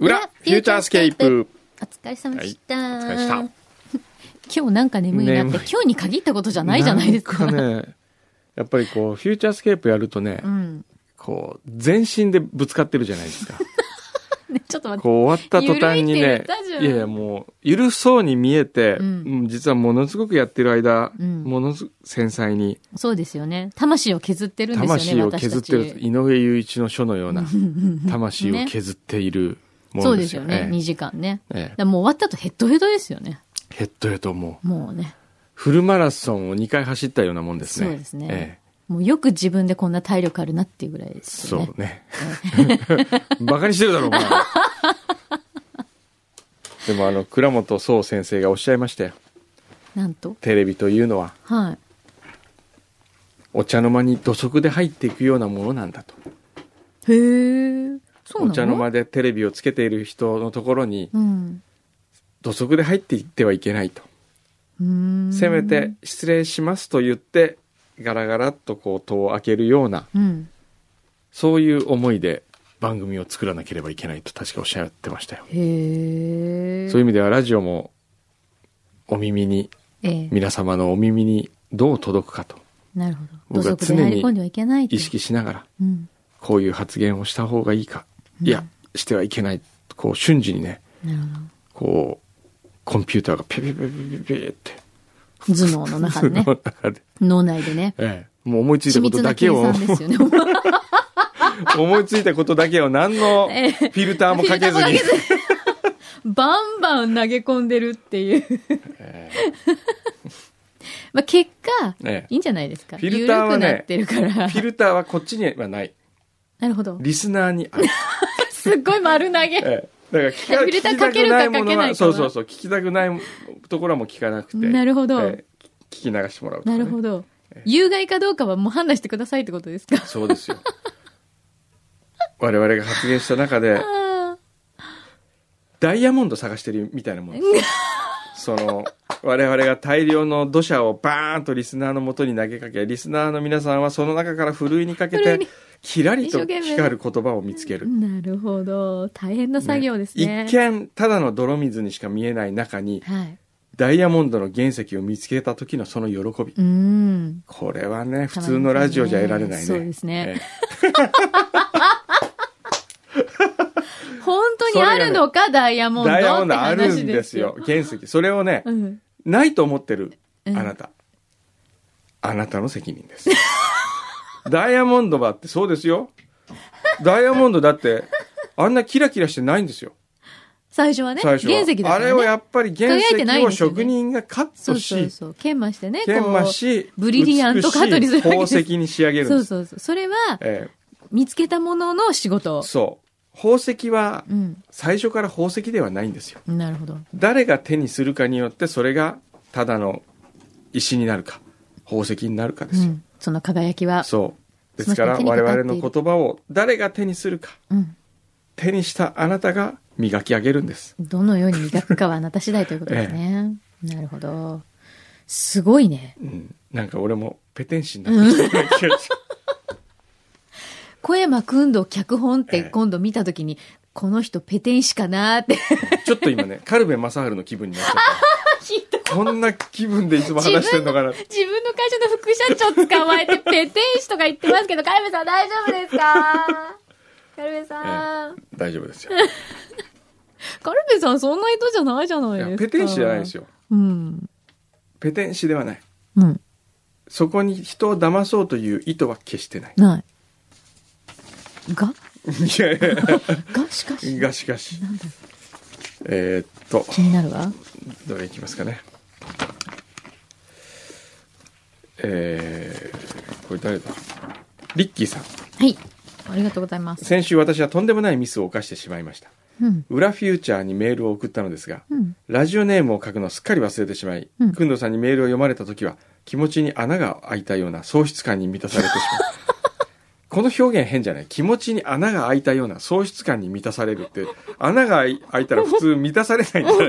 ュータースケープ。お疲れ様でした。はいお疲れした 今日なんか眠いなって、眠い今日に限ったことじゃないじゃないですか。なんかね、やっぱりこう、フューチャースケープやるとね、うん。こう、全身でぶつかってるじゃないですか。 ねちょっと待って。こう、終わった途端にゆるいっねて言ったじゃ、んいやいやもう、ゆるそうに見えて、うんうん実はものすごくやってる間、うんものす繊細に、そうですよね。魂を削ってるんですよね、魂を削ってる、私たち井上雄一の書のような、魂を削っているもそのうでですすよよね。2ね。時間ね。ええだからもう終わった後ヘッドヘッドですよね。ヘッドヘッドもう、もうね。フルマラソンを2回走ったようなもんですね。そうですねええもうよく自分でこんな体力あるなっていうぐらいですよねそ。うね。 バカにしてるだ ろ、お前。でも、あの、倉本総先生がおっしゃいましたよ。なんと。テレビというのは、はい。お茶の間に土足で入っていくようなものなんだと。へえ。そうおなの茶の間でテレビをつけている人のところに、うん。土足で入っていってはいけないと。うーんせめて、失礼しますと言って、ガラガラっとこう、戸を開けるような、うん。そういう思いで番組を作らなければいけないと確かおっしゃってましたよ。へえ。そういう意味ではラジオもお耳に、ええ。皆様のお耳にどう届くかとなるほど。僕は土足で入り込んではいけないと意。識しながら、うん。こういう発言をした方がいいか、うんいや、してはいけない、こう瞬時にね、なるほこう、コンピューターがピピピピピピって、ど。頭脳の中でね。の中で、脳内でね。 ええ、もう思いついた緻こと密だなけ計を、算ですよね。フ思いついたことだけを何のフ ええィルターもかけずに、 バンバン投げ込んでるっていう。まあ結果、ええいいんじゃないですか。フィルターはね緩くなってるからフ。ィルターはこっちにはない。なるほど。リスナーにある。すっごい丸投げ。 ええだから聞かフィルターかけるか聞きたくないものかけないかはそうはそうそう聞きたくないところはもう聞かなくてなるほどええ聞き流してもらうとかなね、るほど。有害かどうかはもう判断してくださいってことですか。そうですよ我々が発言した中 であダイヤモンド探してるみたいなもんですよその我々が大量の土砂をバーンとリスナーのもとに投げかけリスナーの皆さんはその中からふるいにかけふるいてにキラリ一と生懸命光る言葉を見つけーる、なるほど。大変な作業ですね。一見ただの泥水にしか見えない中にはい。ダイヤモンドの原石を見つけた時のその喜びうん。これはね、普通のラジオじゃ得られないね。そうですねえ本当にあるのか、ダイヤモえ。ダンドっイてヤモンドある話んですよ。。原石。それをねう、ん。ないと思ってる、あうんなた。あなたの責任 です。ダイヤモンドだってそうですよ。ダイヤモンドだって、あんなキラキラしてないんですよ。最初はね。最初は。原石だあから、ね。れをやっぱり原石輝いてないんをですよね職人がカットそうそうし、そう。研磨してね。こう研磨し、ブリリアントカットにするわけです美しい宝石に仕上げるんそでうす。そうそう。それは、え見つけたものの仕え事。そう。宝石はう、ん。最初から宝石ではないんですよ。なるほど。誰が手にするかによってそれがただの石になるか宝石になるかでうすよ、ん。その輝きは。そうですからその人に手に我かかって々いるの言葉を誰が手にするかうん。手にしたあなたが磨き上げるんですどのように磨くかはあなた次第ということですね。なるほど。すごいね。うんなんか俺もペテン師になってきたような気がし小山くんど脚本っえてえ今度見たときに、この人ペテン師かなーって ますちょっと今ね軽部正治の気分になっちゃ ったこんな気分でいつも話してんのかな自分の会社の副社長捕まえてペテン師とか言ってますけど、カルメさん大丈夫で すかカルメさん。大丈夫ですよカルメさんそんな人じゃないじゃないいですやか。ペテン師じゃないですよ。ようん。ペテン師ではないうん。そこに人を騙そうという意図は決してないない。がいやいやいやがしかし。がしかしなんだえーっと気になるわ。どれいきますかねえー、これ誰だリッキーさんはい。ありがとうございます。先週私はとんでもないミスを犯してしまいましたうん。裏フューチャーにメールを送ったのですがうん。ラジオネームを書くのをすっかり忘れてしまい、う工ん藤さんにメールを読まれた時は気持ちに穴が開いたような喪失感に満たされてし まうこの表現変じゃない気持ちに穴が開いたような喪失感に満たされるって穴が開い開いたら普通満たされないんじゃ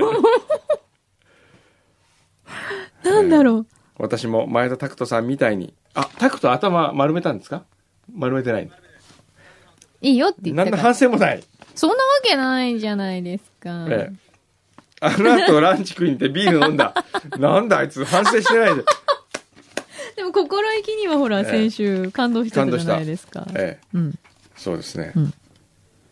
ない のなんだろう。私も前田拓人さんみたいに、あ、拓人頭丸めたんですか丸めてない。いいよって言っ何たのから反。省もない。そんなわけないじゃないですか。ええあの後ランチ食いに行ってビール飲んだ。なんだあいつ反省してないで。でも心意気にはほら、ええ先週感動してたじゃないですか。ええ、うん。そうですね。うん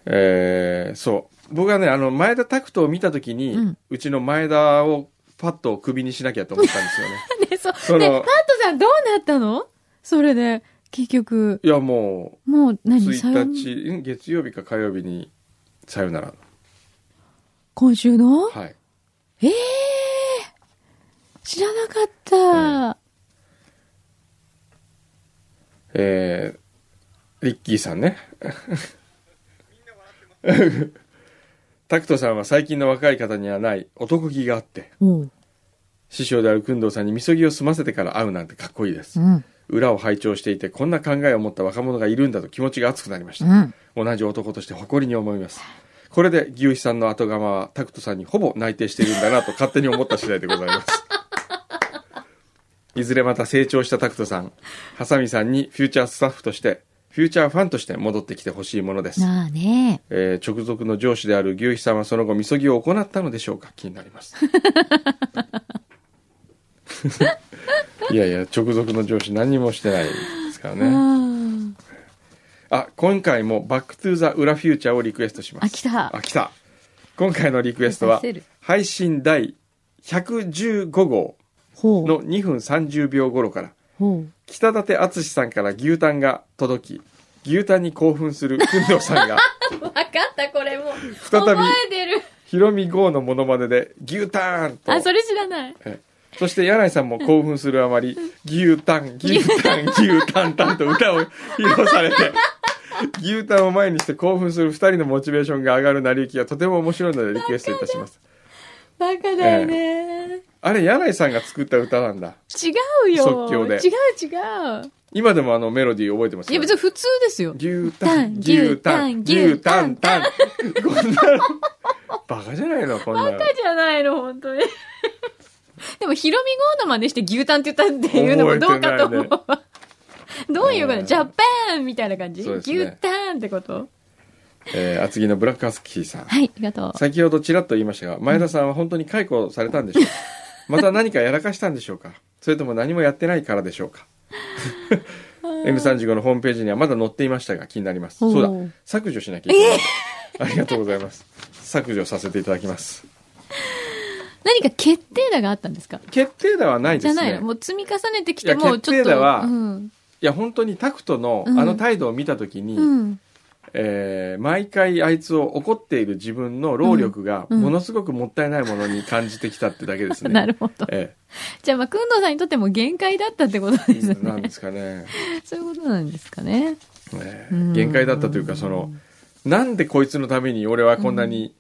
えーそう。僕はね、あの、前田拓人を見たときに、ううんちの前田をパッとクビにしなきゃと思ったんですよね。で、そ、そので、パットさんどうなったのそれで、結局、いや、ももうう、何、さよ1日、うん月曜日か火曜日に、さよなら。今週のはい。ええ知らなかった。えー、リッキーさんね。 タクトさんは最近の若い方にはない男気があって、おう師匠である工藤さんにみそぎを済ませてから会うなんてかっこいいです。ん。裏を拝聴していて、こんな考えを持った若者がいるんだと気持ちが熱くなりました。ん。同じ男として誇りに思います。これで、牛肥さんの後釜はタクトさんにほぼ内定しているんだなと勝手に思った次第でございます。いずれまた成長したタクトさん、ハサミさんにフューチャースタッフとして、フューチャーファンとして戻ってきてほしいものです。なあねえー直属の上司である牛肥さんはその後みそぎを行ったのでしょうか気になります いやいや直属の上司何もしてないですからねね。あ今回も「バック・トゥ・ザ・裏フューチャー」をリクエストしますあ、来た。あ来た今回のリクエストは出させる配信第115号ほう。の2分30秒頃からほう。北舘淳さんから牛タンが届き牛タンに興奮する工藤さん がわかった、これもう。再び覚えてる。ヒロミ GO のモノマネで牛タンとあ、それ知らない。ええそして柳井さんも興奮するあまり「牛タン牛タン牛タンタン」と歌を披露されて牛タンを前にして興奮する2人のモチベーションが上がる成り行きがとても面白いのでリクエストいたしますバカだよね。あれ柳井さんが作った歌なんだ違うよ。即興で違う違う。今でもあのメロディー覚えてますいや、別に普通ですよ。牛タン牛牛タタンン牛牛タタンンタンこんなのバ カじゃないのこんなのバカじゃないの、本当に。 でも、ヒロミゴーの真似して牛タンって言ったっていうのもどうかと思うわ。どういう こと、うんジャパンみたいな感じ、そうですね牛タンってことえー厚木のブラックハスキーさんはい、ありがとう。先ほどちらっと言いましたが前田さんは本当に解雇されたんでしょ うかまた何かやらかしたんでしょうかそれとも何もやってないからでしょうか M35 のホームページにはまだ載っていましたが気になりますおーそうだ削除しなきゃいけない、ありがとうございます削除させていただき ます何か決定打があったんですか決定打はないじでゃすないねのもう積み重ねてきいやて、もうちょっ決と。定打はうん。いや本当にタクトのあうんの態度を見た時に、うん。えー毎回あいつを怒っている自分の労力がうんうんものすごくもったいないものに感じてきたってだけですね、 なるほど。えじゃあ、まあ、くんどさんにとっても限界だったってことえですなんねで。すかね そういうことなんですかね。ねうん限界だったというかそのなんでこいつのために俺はこんなに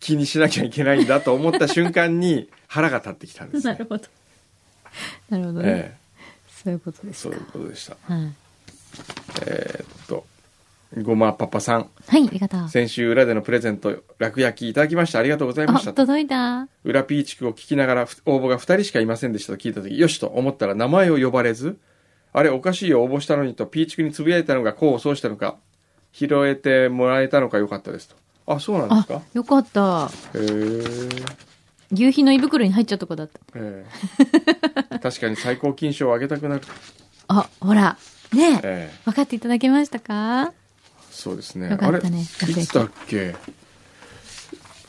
気にしなきゃいけないんだと思った瞬間に腹が立ってきたんですなねる。ほど。なるほどね。えそういうことでえ、そすうかいう。ことでした。はい。えーっと、ごまパパさん、はい、ありがとう。先週裏でのプレゼント、落焼きいただきました。ありがとうございまあ、した。届いた。裏ピーチクを聞きながらふ応募が2人しかいませんでしたと聞いた時よしと思ったら名前を呼ばれずあれおかしいよ応募したのにとピーチクにつぶやいたのが功を奏したのか拾えてもらえたのか良かったですとあそうなんであすか、よかった。へー牛皮の胃袋に入っちゃうとこだった。ええ 確かに最高金賞をあげたくなる、あ、ほら。ねえ。ええ分かっていただけましたかそうですねよかあっれたねい楽焼つきだっけ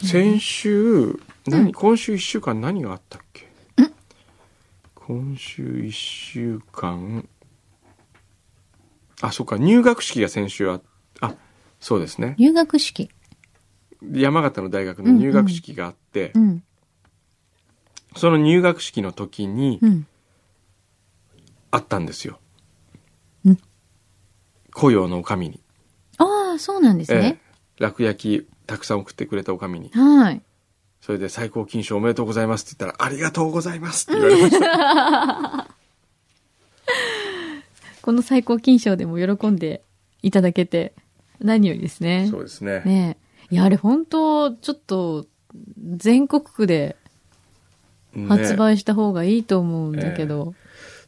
先週何、今週1週間何があったっけ今週1週間あそっか入学式が先週ああそうですね入学式。山形の大学の入学式があって、うん。その入学式の時にうん。あったんですよ、うん雇用のおかみに、ああ、そうなんですええね。落焼きたくさん送ってくれたおかみにはい。それで最高金賞おめでとうございますって言ったら、ありがとうございますって言われました。この最高金賞でも喜んでいただけて、何よりですね。そうですね。ねえ。いや、あれ本当ちょっと、全国区でね発売した方がいいと思うんだけど。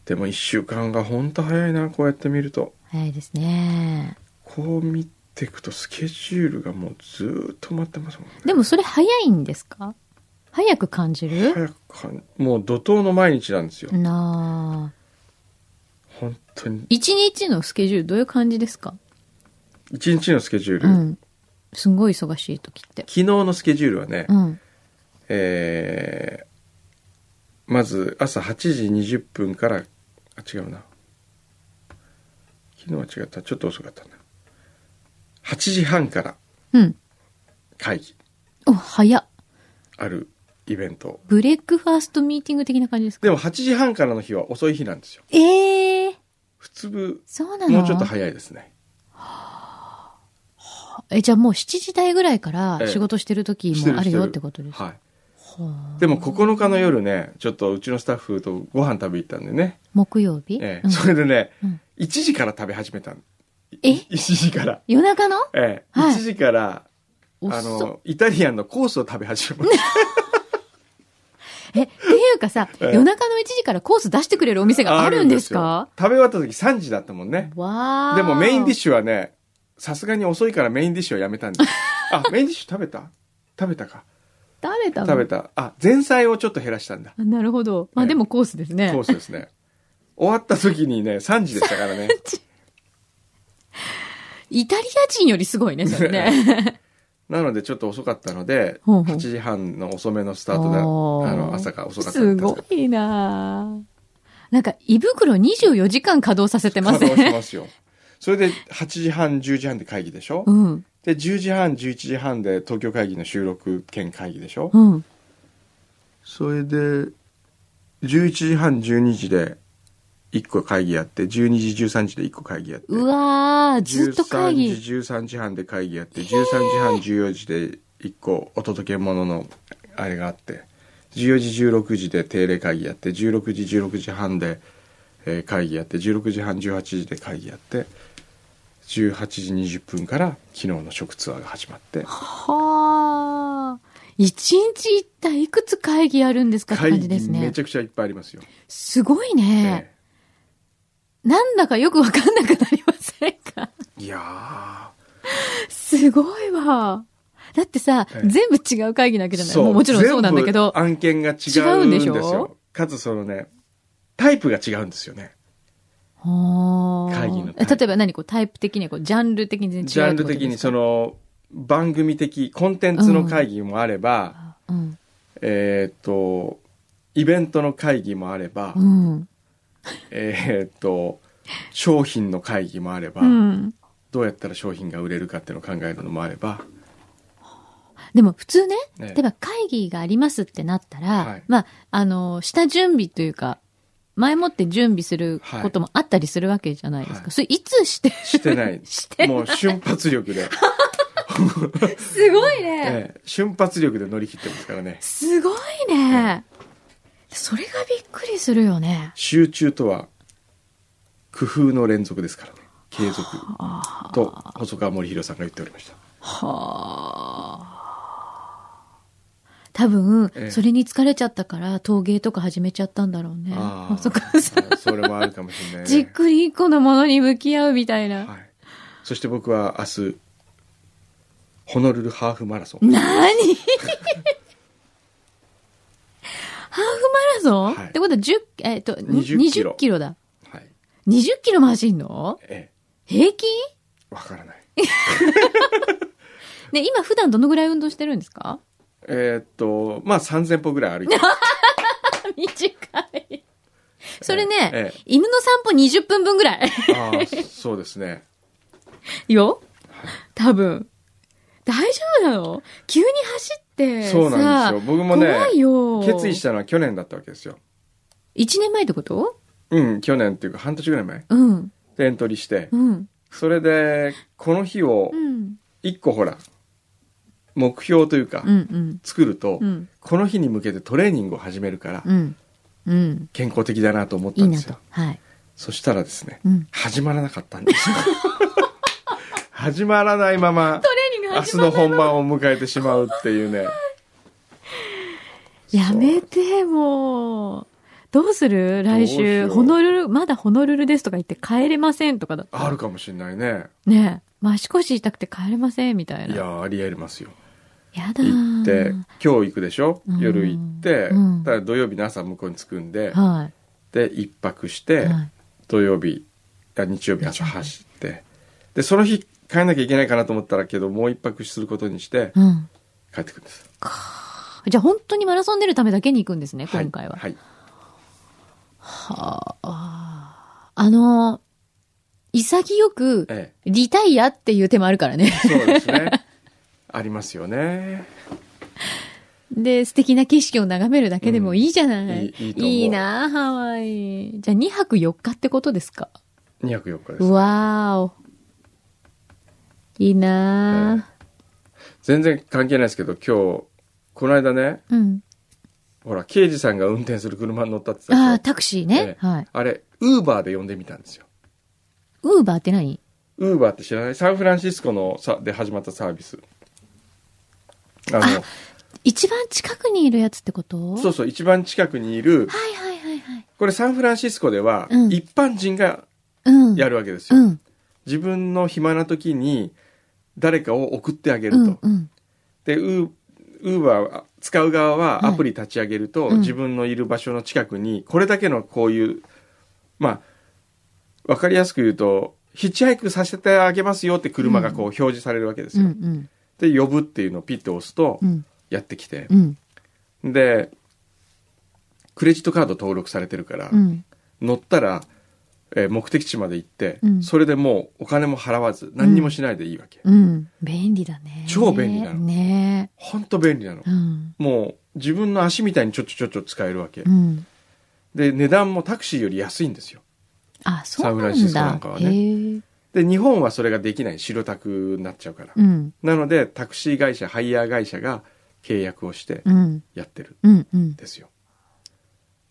でも一週間が本当早いな、こうやって見ると。早いですね。こう見っていくとスケジュールがもうずーっと待ってますもんねでもそれ早いんですか早く感じる早くかんもう怒涛の毎日なんですよ、なあ。本当に一日のスケジュールどういう感じですか一日のスケジュール、う昨ん。すごい忙しい時って。日のスケジュールはね、うん。えーまず朝8時20分からあ違うな昨日は違ったちょっと遅かったな8時半からうん。会議お、早っ。あるイベントブレックファーストミーティング的な感じですかでも8時半からの日は遅い日なんですよええー、普通そうなのもうちょっと早いですねえ、じゃあもう7時台ぐらいからええ仕事してる時してるもあるしてよるってことです。はいはあでも9日の夜ねちょっとうちのスタッフとご飯食べ行ったんでね、木曜日、ええうんそれでね、うん1時から食べ始めたんえ ?1 時から、夜中のええはい1時からあ遅っの、イタリアンのコースを食べ始めましえ、っていうかさ、ええ夜中の1時からコース出してくれるお店た。 があるんですかあるんですよ食べ終わった時3時だったもんね。わあ。でもメインディッシシュはね、さすがに遅いからメインディッシュはやめたん です。あ、メインディッシュ食べた食べたか。ュ。食べたの食べた。あ、前菜をちょっと減らしたんだ。あなるほど。まえあえでもコースですね。コースですね。終わった時にね、3時でしたからね。イタリア人よりすごいね、そ れね。なのでちょっと遅かったので、ほうほう8時半の遅めのスタートで、あおーの、朝が遅かったすごいなあなんか、胃袋24時間稼働させてます稼働しね。ますよ。それで8時半、10時半で会議でしょ、うん。で10時半11時半で東京会議の収録兼会議でしょ、うん。それで11時半12時で1個会議やって12時13時で1個会議やってうわー、ずっと13会議。時13時半で会議やって13時半14時で1個お届け物のあれがあって14時16時で定例会議やって16時16時半でえー会議やって16時半18時で会議やって18時20分から昨日の食ツアーが始まってはあ。一日一体いくつ会議やるんですかって感会じです議めねち。ゃくちゃいっぱいありますよ。すごいね。えなんだかよくわかんなくなりませんかえいやすごいわ。だってさ、ええ全部違う会議なわけーじゃない。もうもちろんそうなんだけど全部。案件が違違ううんんでですしょよ。かつそのね、タイプが違うんですよね。はあ会議のタイプ例えば何こうタイプ的にこうジャンル的に全ジ然違ャうっンルてことですか的にそ、の、番組的、コンテンツの会議もあれば、うんえーっと、イベントの会議もあれば、うんえーっと、商品の会議もあれば、うん、どうやったら商品が売れるかっていうのを考えるのもあれば、でも普通ねね例えば会議がありますってなったら、はいまああの下準備というか前もって準備することもあったりするわけじゃないですはか、いそれいつしてしてない してもう瞬発力 で、すごいね、ええ瞬発力で乗り切ってますからね。すごいね、それがびっくりするよね集中とは工夫の連続ですからね継続と細川森弘さんが言っておりましたはあ。多分、ええそれに疲れちゃったから陶芸とか始めちゃったんだろうね。ああそっかさ、それもあるかもしれな いねじっくり一個のものに向き合うみたいな。はい、そして僕は明日ホノルルハーフマラソン なにハーフマラソン、はいってことは10、えっと、 20 20キキロロだ。はい20キロも走んのえ平均えわからないね、今普段どのぐらい運動してるんですか えーっとまあ3000歩ぐらい歩いて短い。それね、ええ犬の散歩20分分ぐらい。 ああそうですねよ多分。大丈夫なの急に走って。そうなんですよ僕さもね怖いよ。決意したのは去年だったわけですよ一年前ってことうん去年っていうか半年ぐらい前うん。でエントリーしてうん。それでこの日をうん。一個ほら目標というか、うん。うん。作ると、うん。この日に向けてトレーニングを始めるから、うん。うん。健康的だなと思っいたいんでなすよと。はい。そしたらですねうん。始まらなかったん ですよ始まらないままトレーニング明日始まのった本番を迎えてしまうっていうねやめて、もう。どうする来どうし週、ようホノルル、まだホノルルですとか言って帰れませんとかだったらあるかもしれないねねえもう足腰痛くて帰れませんみたいいな。やーありえますよやだー行って今日行くでしょうん夜行って、うんだから土曜日の朝向こうに着くんで、はで一泊しい。て、はい。土曜日あ日曜日朝走ってでその日帰んなきゃいけないかなと思ったらけどもう一泊することにしてうん。帰ってくるんですじゃあ本当にマラソン出るためだけに行くんですね、い今回は。はいはあ。あの、潔く、えリタイアっていう手もあるからね。えそうですね ありますよねで、素敵な景色を眺めるだけでもいいじゃない。うんいいいいと思うなあハワイ。じゃあ2泊4日ってことですか2泊4日ですわーお。いいなあ、全然関係ないですけど今日この間ねうん。ほら刑事さんが運転する車に乗ったって言あっあ、たでしタクシーょねえ。えはい。ょあれウーバーで呼んでみたんですよウーバーって何ウーバーって知らないサンフランシスコのさで始まったサービスあの一番近くにいるやつってことそうそう一番近くにいるはいはいはいはい。これサンフランシスコではうん一般人がうん。やるわけですうよ、ん。自分の暇な時に誰かを送ってあげるうと、ん。うん。でウーバー使う側ははいアプリ立ち上げると、うん自分のいる場所の近くにこれだけのこういうまあ分かりやすく言うとヒッチハイクさせてあげますよって車がこう表示されるわけですうよ、ん。で呼ぶっていうのをピッと押すとうん。やってきてう、ん。でクレジットカード登録されてるから、うん。乗ったら、えー目的地まで行って、うんそれでもうお金も払わず何にもしないでいいわけ、うん。便利だね。超便利なのねほんと便利なのえ。うん。もう自分の足みたいにちょちょちょちょ使えるわけ、うん。で値段もタクシーより安いんですよあ、そうサンフラなンシんスコなだんか。はへねえ。で日本はそれができない白タクになっちゃうから、うん。なのでタクシー会社ハイヤー会社が契約をしてうん。やってるうん。うんん。ですよ、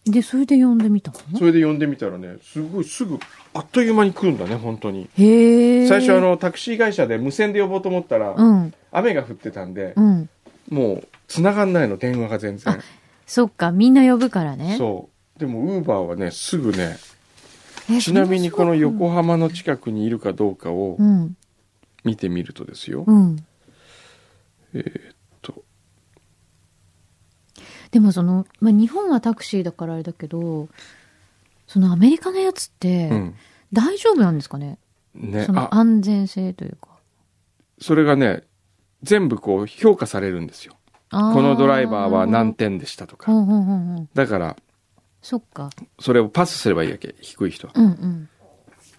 で、それで呼んでみたのそれで呼んでみたらねすごいすぐあっという間に来るんだね本当にへえ。最初あ、のタクシー会社で無線で呼ぼうと思ったら、うん。雨が降ってたんで、うん。もう繋がんないの電話が全然そっか、みんな呼ぶからね。そうでもウーバーはねすぐねえちなみにこの横そ浜の近くにいるかどうかをんなうん。見てみるとですよ、うん。えーっとでもその、まあ、日本はタクシーだからあれだけど、そのアメリカのやつってう、ん大丈夫なんですかね、ねそのあ安全性というか。それがね全部こう評価されるんですよあーこのドライバーは何点でしたとうかんうんうんうん。だからそっか。それをパスすればいいわけ低い人はうんうん。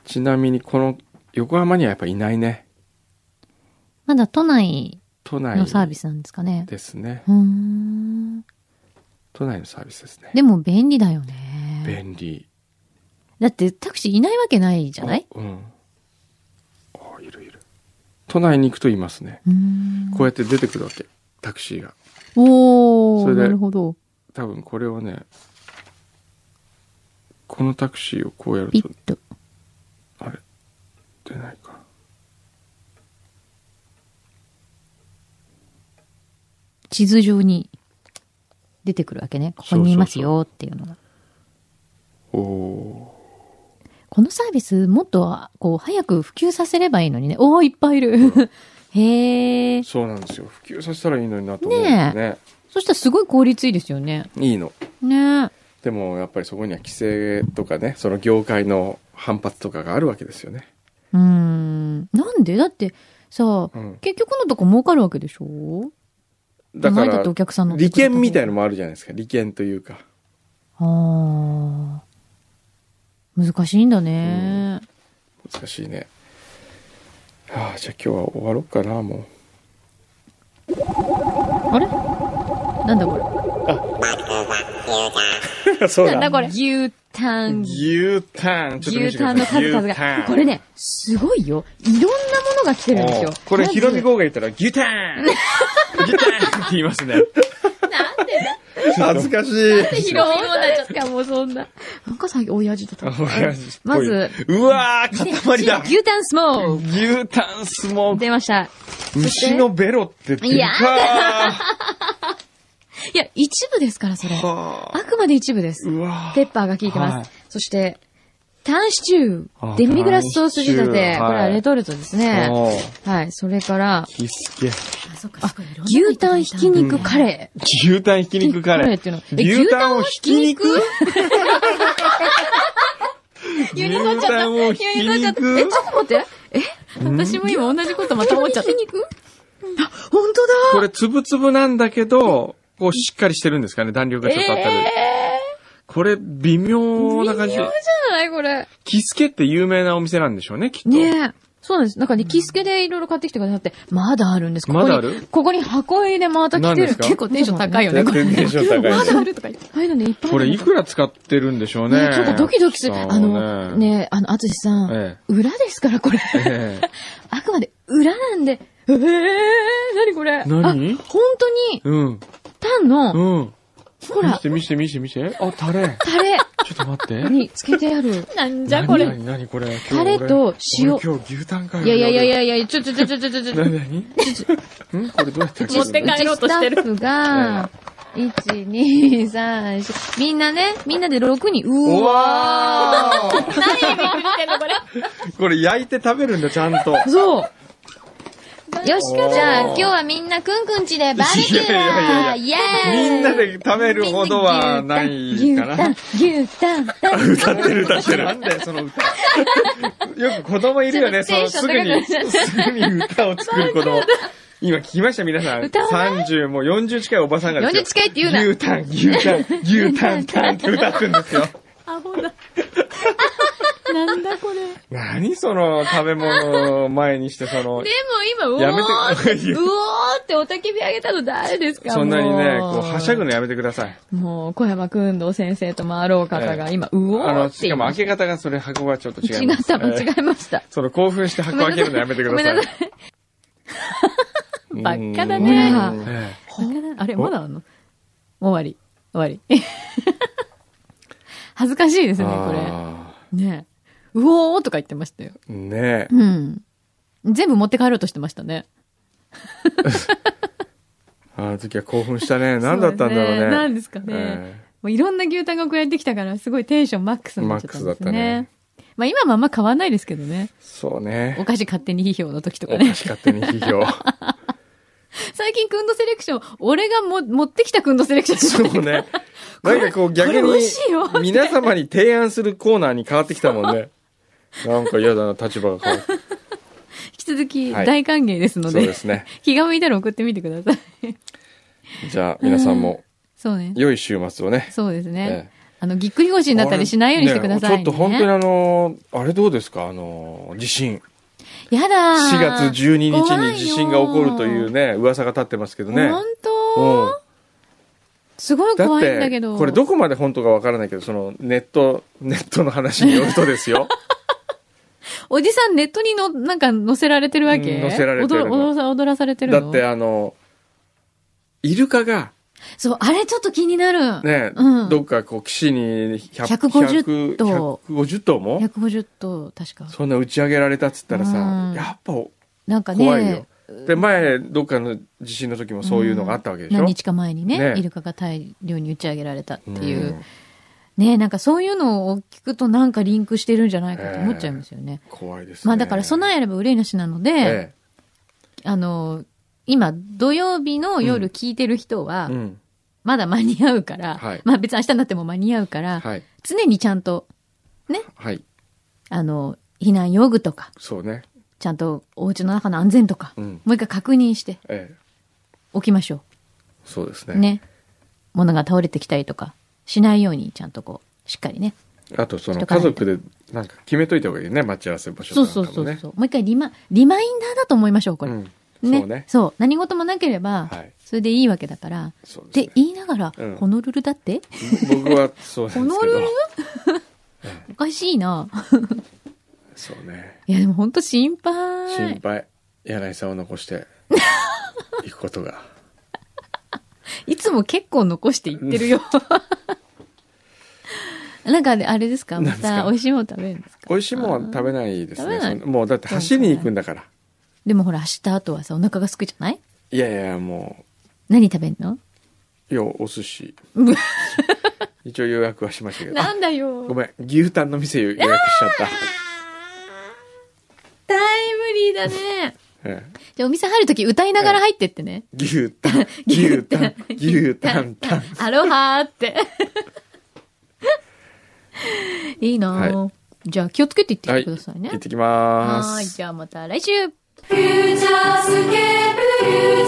ちなみにこの横浜にはやっぱいないねまだ都内都内のサービスなんですかね。ですねうーん。都内のサービスですねでも便利だよね。便利だってタクシーいないわけないじゃないあうんあいるいる都内に行くといますねうーん。こうやって出てくるわけタクシーがおそれー、でなるほど。多分これをねこのタクシーをこうやるピとッと。あれ出ないか地図上に出てくるわけね。ここにいますよっていうのが。おおこのサービスもっとこう早く普及させればいいのにね。おー、いっぱいいる。 へえー。そうなんですよ普及させたらいいのになと思うんねでえねそしたらすごい効率いいですよね。いいのねでもやっぱりそこには規制とかねその業界の反発とかがあるわけですよねうーん。なんでだってさ、うん結局のとこ儲かるわけでしょだか前だってらお客さんの利権みたいのな。もあるじゃないですか利権というかあー難しいんだね。難しいねはあじゃあ今日は終わろうかなもあれなんだこれ。 うそうなんだこれ。牛タン。牛タンちょっと見牛せてくだタンさいの数々牛タンが。これね、すごいよ。いろんなものが来てるんですよおう。これ、まずヒロミ号が言ったら、ギュターンギュターンって言いますね。なんでだ恥ずかしい。って拾うようになっちゃった。もうそんな。なんか最近、親父だった。親父っぽいまず、、うわー、塊だ。牛タンスモー牛タンスクモー出ました。ク。牛のベロってでかーいやいや、一部ですから、それ。あはあくまで一部です。うわーペッパーが効いてます。はいそして、タンシチュあー。デミグラスソース仕立タンシチュて。ーこれははいレトルトですね。おーはい。それから、きすけ。あ、そっか、そっか、いろんなのい牛たタだいンたひき肉カレー。牛タンひき肉カレー。っていうの。え牛タンをひき肉牛牛タンタンをひきをひき肉え、ちょ肉っと待って。私も今同じことまた思っちゃった牛。肉本当これつぶつぶなんだけど、こうしっかりしてるんですかね弾力がちょっとあったり。えこれ微妙な感じ。ー、ないこれ。キスケって有名なお店なんでしょうね、きっと。ねえ。そうなんです。なんかね、キスケでいろいろ買ってきてくださって、まだあるんです。ここにまだあるここに箱入りでまた来て何でるす。か結構テンション高いよね、これ。全然テンション高いねまだあるとか言って。ああいうのね、いっぱいあこるんれでいすよくら使ってるんでしょうね。ね、ちょっとドキドキする。そうあの、ね、あの、あつしさん、え裏ですから、これ。ええあくまで裏なんで、えー、なにこれ。何あ本当に、うん。タンの、うん。ほ見らし、て見して見して見して。あ、タレ。タレちょっと待 って。につけてある。なんじゃこ れ。何何何これ。タレと塩今日俺俺今日牛タンかよいやいやいやいやいや、ちょちょちょちょちょちょちょ。何何んこれどうやって開ける持って帰ろうとしてるうちスタッフが、1、2、3、4、みんなね、みんなで6人、ううわわー何でびっくりしてんの、これ。これ焼いて食べるんだ、ちゃんと。ーそうよしおか、ーじゃあ今日はみんなくんくんちでバーベキューいやだいやイいエーイみんなで食べるほどはないかな。牛タン、牛タン、歌ってる歌ってる。なんだよ、その歌。よく子供いるよね、ちそょっとのテンシすョンぐに、高くなっすぐに歌を作る子供。今聞きました、皆さん。歌わな30、もう40近いおばさんがですよ40近いって言うな牛タン、牛タン、牛タン、タンって歌ってるんですよ。アホだ。なんだこれ。何その食べ物を前にして、そので、も今、うおやめーって、て、うおーってお焚き火あげたの誰ですかそんなにね、もこう、はしゃぐのやめてください。もう、小山くんど先生と回ろう方が今、うおあーの、ってし言かいもま開しけ方がそれ箱はちょっと違た。い違まっす。た、間えー違えました。その興奮して箱開けるのやめてください。ごめんなさい うんバカだねええあれ、まだあんの終わり。終わり。 恥ずかしいですね、これ。あねえうおーとか言ってましたよ。ーねえ。うん。全部持って帰ろうとしてましたね。あの時は興奮した ね。何だったんだろうそね。何ですかね。えもういろんな牛タンが送られてきたから、すごいテンションマックスになっちゃったんですね。マックまあ今もあんま変わんないですけどねえ。そうおね。菓子勝手に批評の時とかおねか。しかったね、批 評。最近くんどセレクション、俺がも持ってきたくんどセレクションしてるそうね。なんかこう逆これ美に味しいよって、皆様に提案するコーナーに変わってきたもん ね。なんか嫌だな、立場が変わって。引き続きはい大歓迎ですのそで、うですね。 気が向いたら送ってみてくださ い。じゃあ、皆さんもそうね。良い週末をね。そうですね。ええあの、ぎっくり腰になったりしないようにしてください、ね。ねちょっと本当にあの、あれどうですかあの、地震。やだ4月12日怖いよに地震が起こるというね、噂が立ってますけどね。本うん当すごいだっ怖いんだけて、ど。これどこまで本当かわからないけど、そのネット、 ネットの話によるとです よ。おじさんネットにの、なんか載せられてるわけうん載せられてるの踊踊ら踊らされてるだのってあの、イルカがそう、あれちょっと気になる。ね、うんどっかこう岸に100 100 150頭150頭も150頭、確か。そんな打ち上げられたっつったらさ、うんやっぱなんかね。怖いよ。で、前、どっかの地震の時もそういうのがあったわけでしょ。何日か前にねねイルカが大量に打ち上げられたっていうう、んねなんかそういうのを聞くとなんかリンクしてるんじゃないかと思っちゃいますよね。怖いですね。まあだから備えれば憂いなしなので、えあの、今土曜日の夜聞いてる人はえ。う、ん。まだ間に合うから、はいまあ別に明日になっても間に合うから、はい。常にちゃんと、はい。あの、避難用具とか、そうね。ちゃんとお家の中の安全とか、うん。もう一回確認してええ。おきましょそうですね。う。ね。物が倒れてきたりとか、しないようにちゃんとこう、しっかりね。あとそしとのかな家いと族でなんか決めといた方がいいよね待ち合わせ場所そうとかそもうねそうそう。もう一回リマ、リマインダーだと思いましょう、これ。うんねそうねそう。何事もなければ、はいそれでいいわけだから。そうでですね言いながら、うんホノルルだって僕はそうなんホですノけどルルおかしいな。そうねいや、でも本当心配。心配柳井さんを残して行くことがいつも結構残していっ てるよ。なんかねあれですかま何ですかた美味しいもの食べるんですか美味しいもんは食べないです食べねないそのもうだって走りに行くんだからでもほら、明日後はさ、お腹がすくじゃないいやいやも何食べんの ういやお寿司一応予約はしましたけど。なんだよ。 ごめん、牛タンの店予約しちゃった。タイムリーだね。 えじゃあお店入るとき歌いながら入ってってね。え牛タン、牛 タン、牛タン、タン。アロハーって。いいな、はじゃあ気をつけていってきはてい。くださいね。行ってきまはーいす。じゃあまた来週。フューチャースケープフューチャー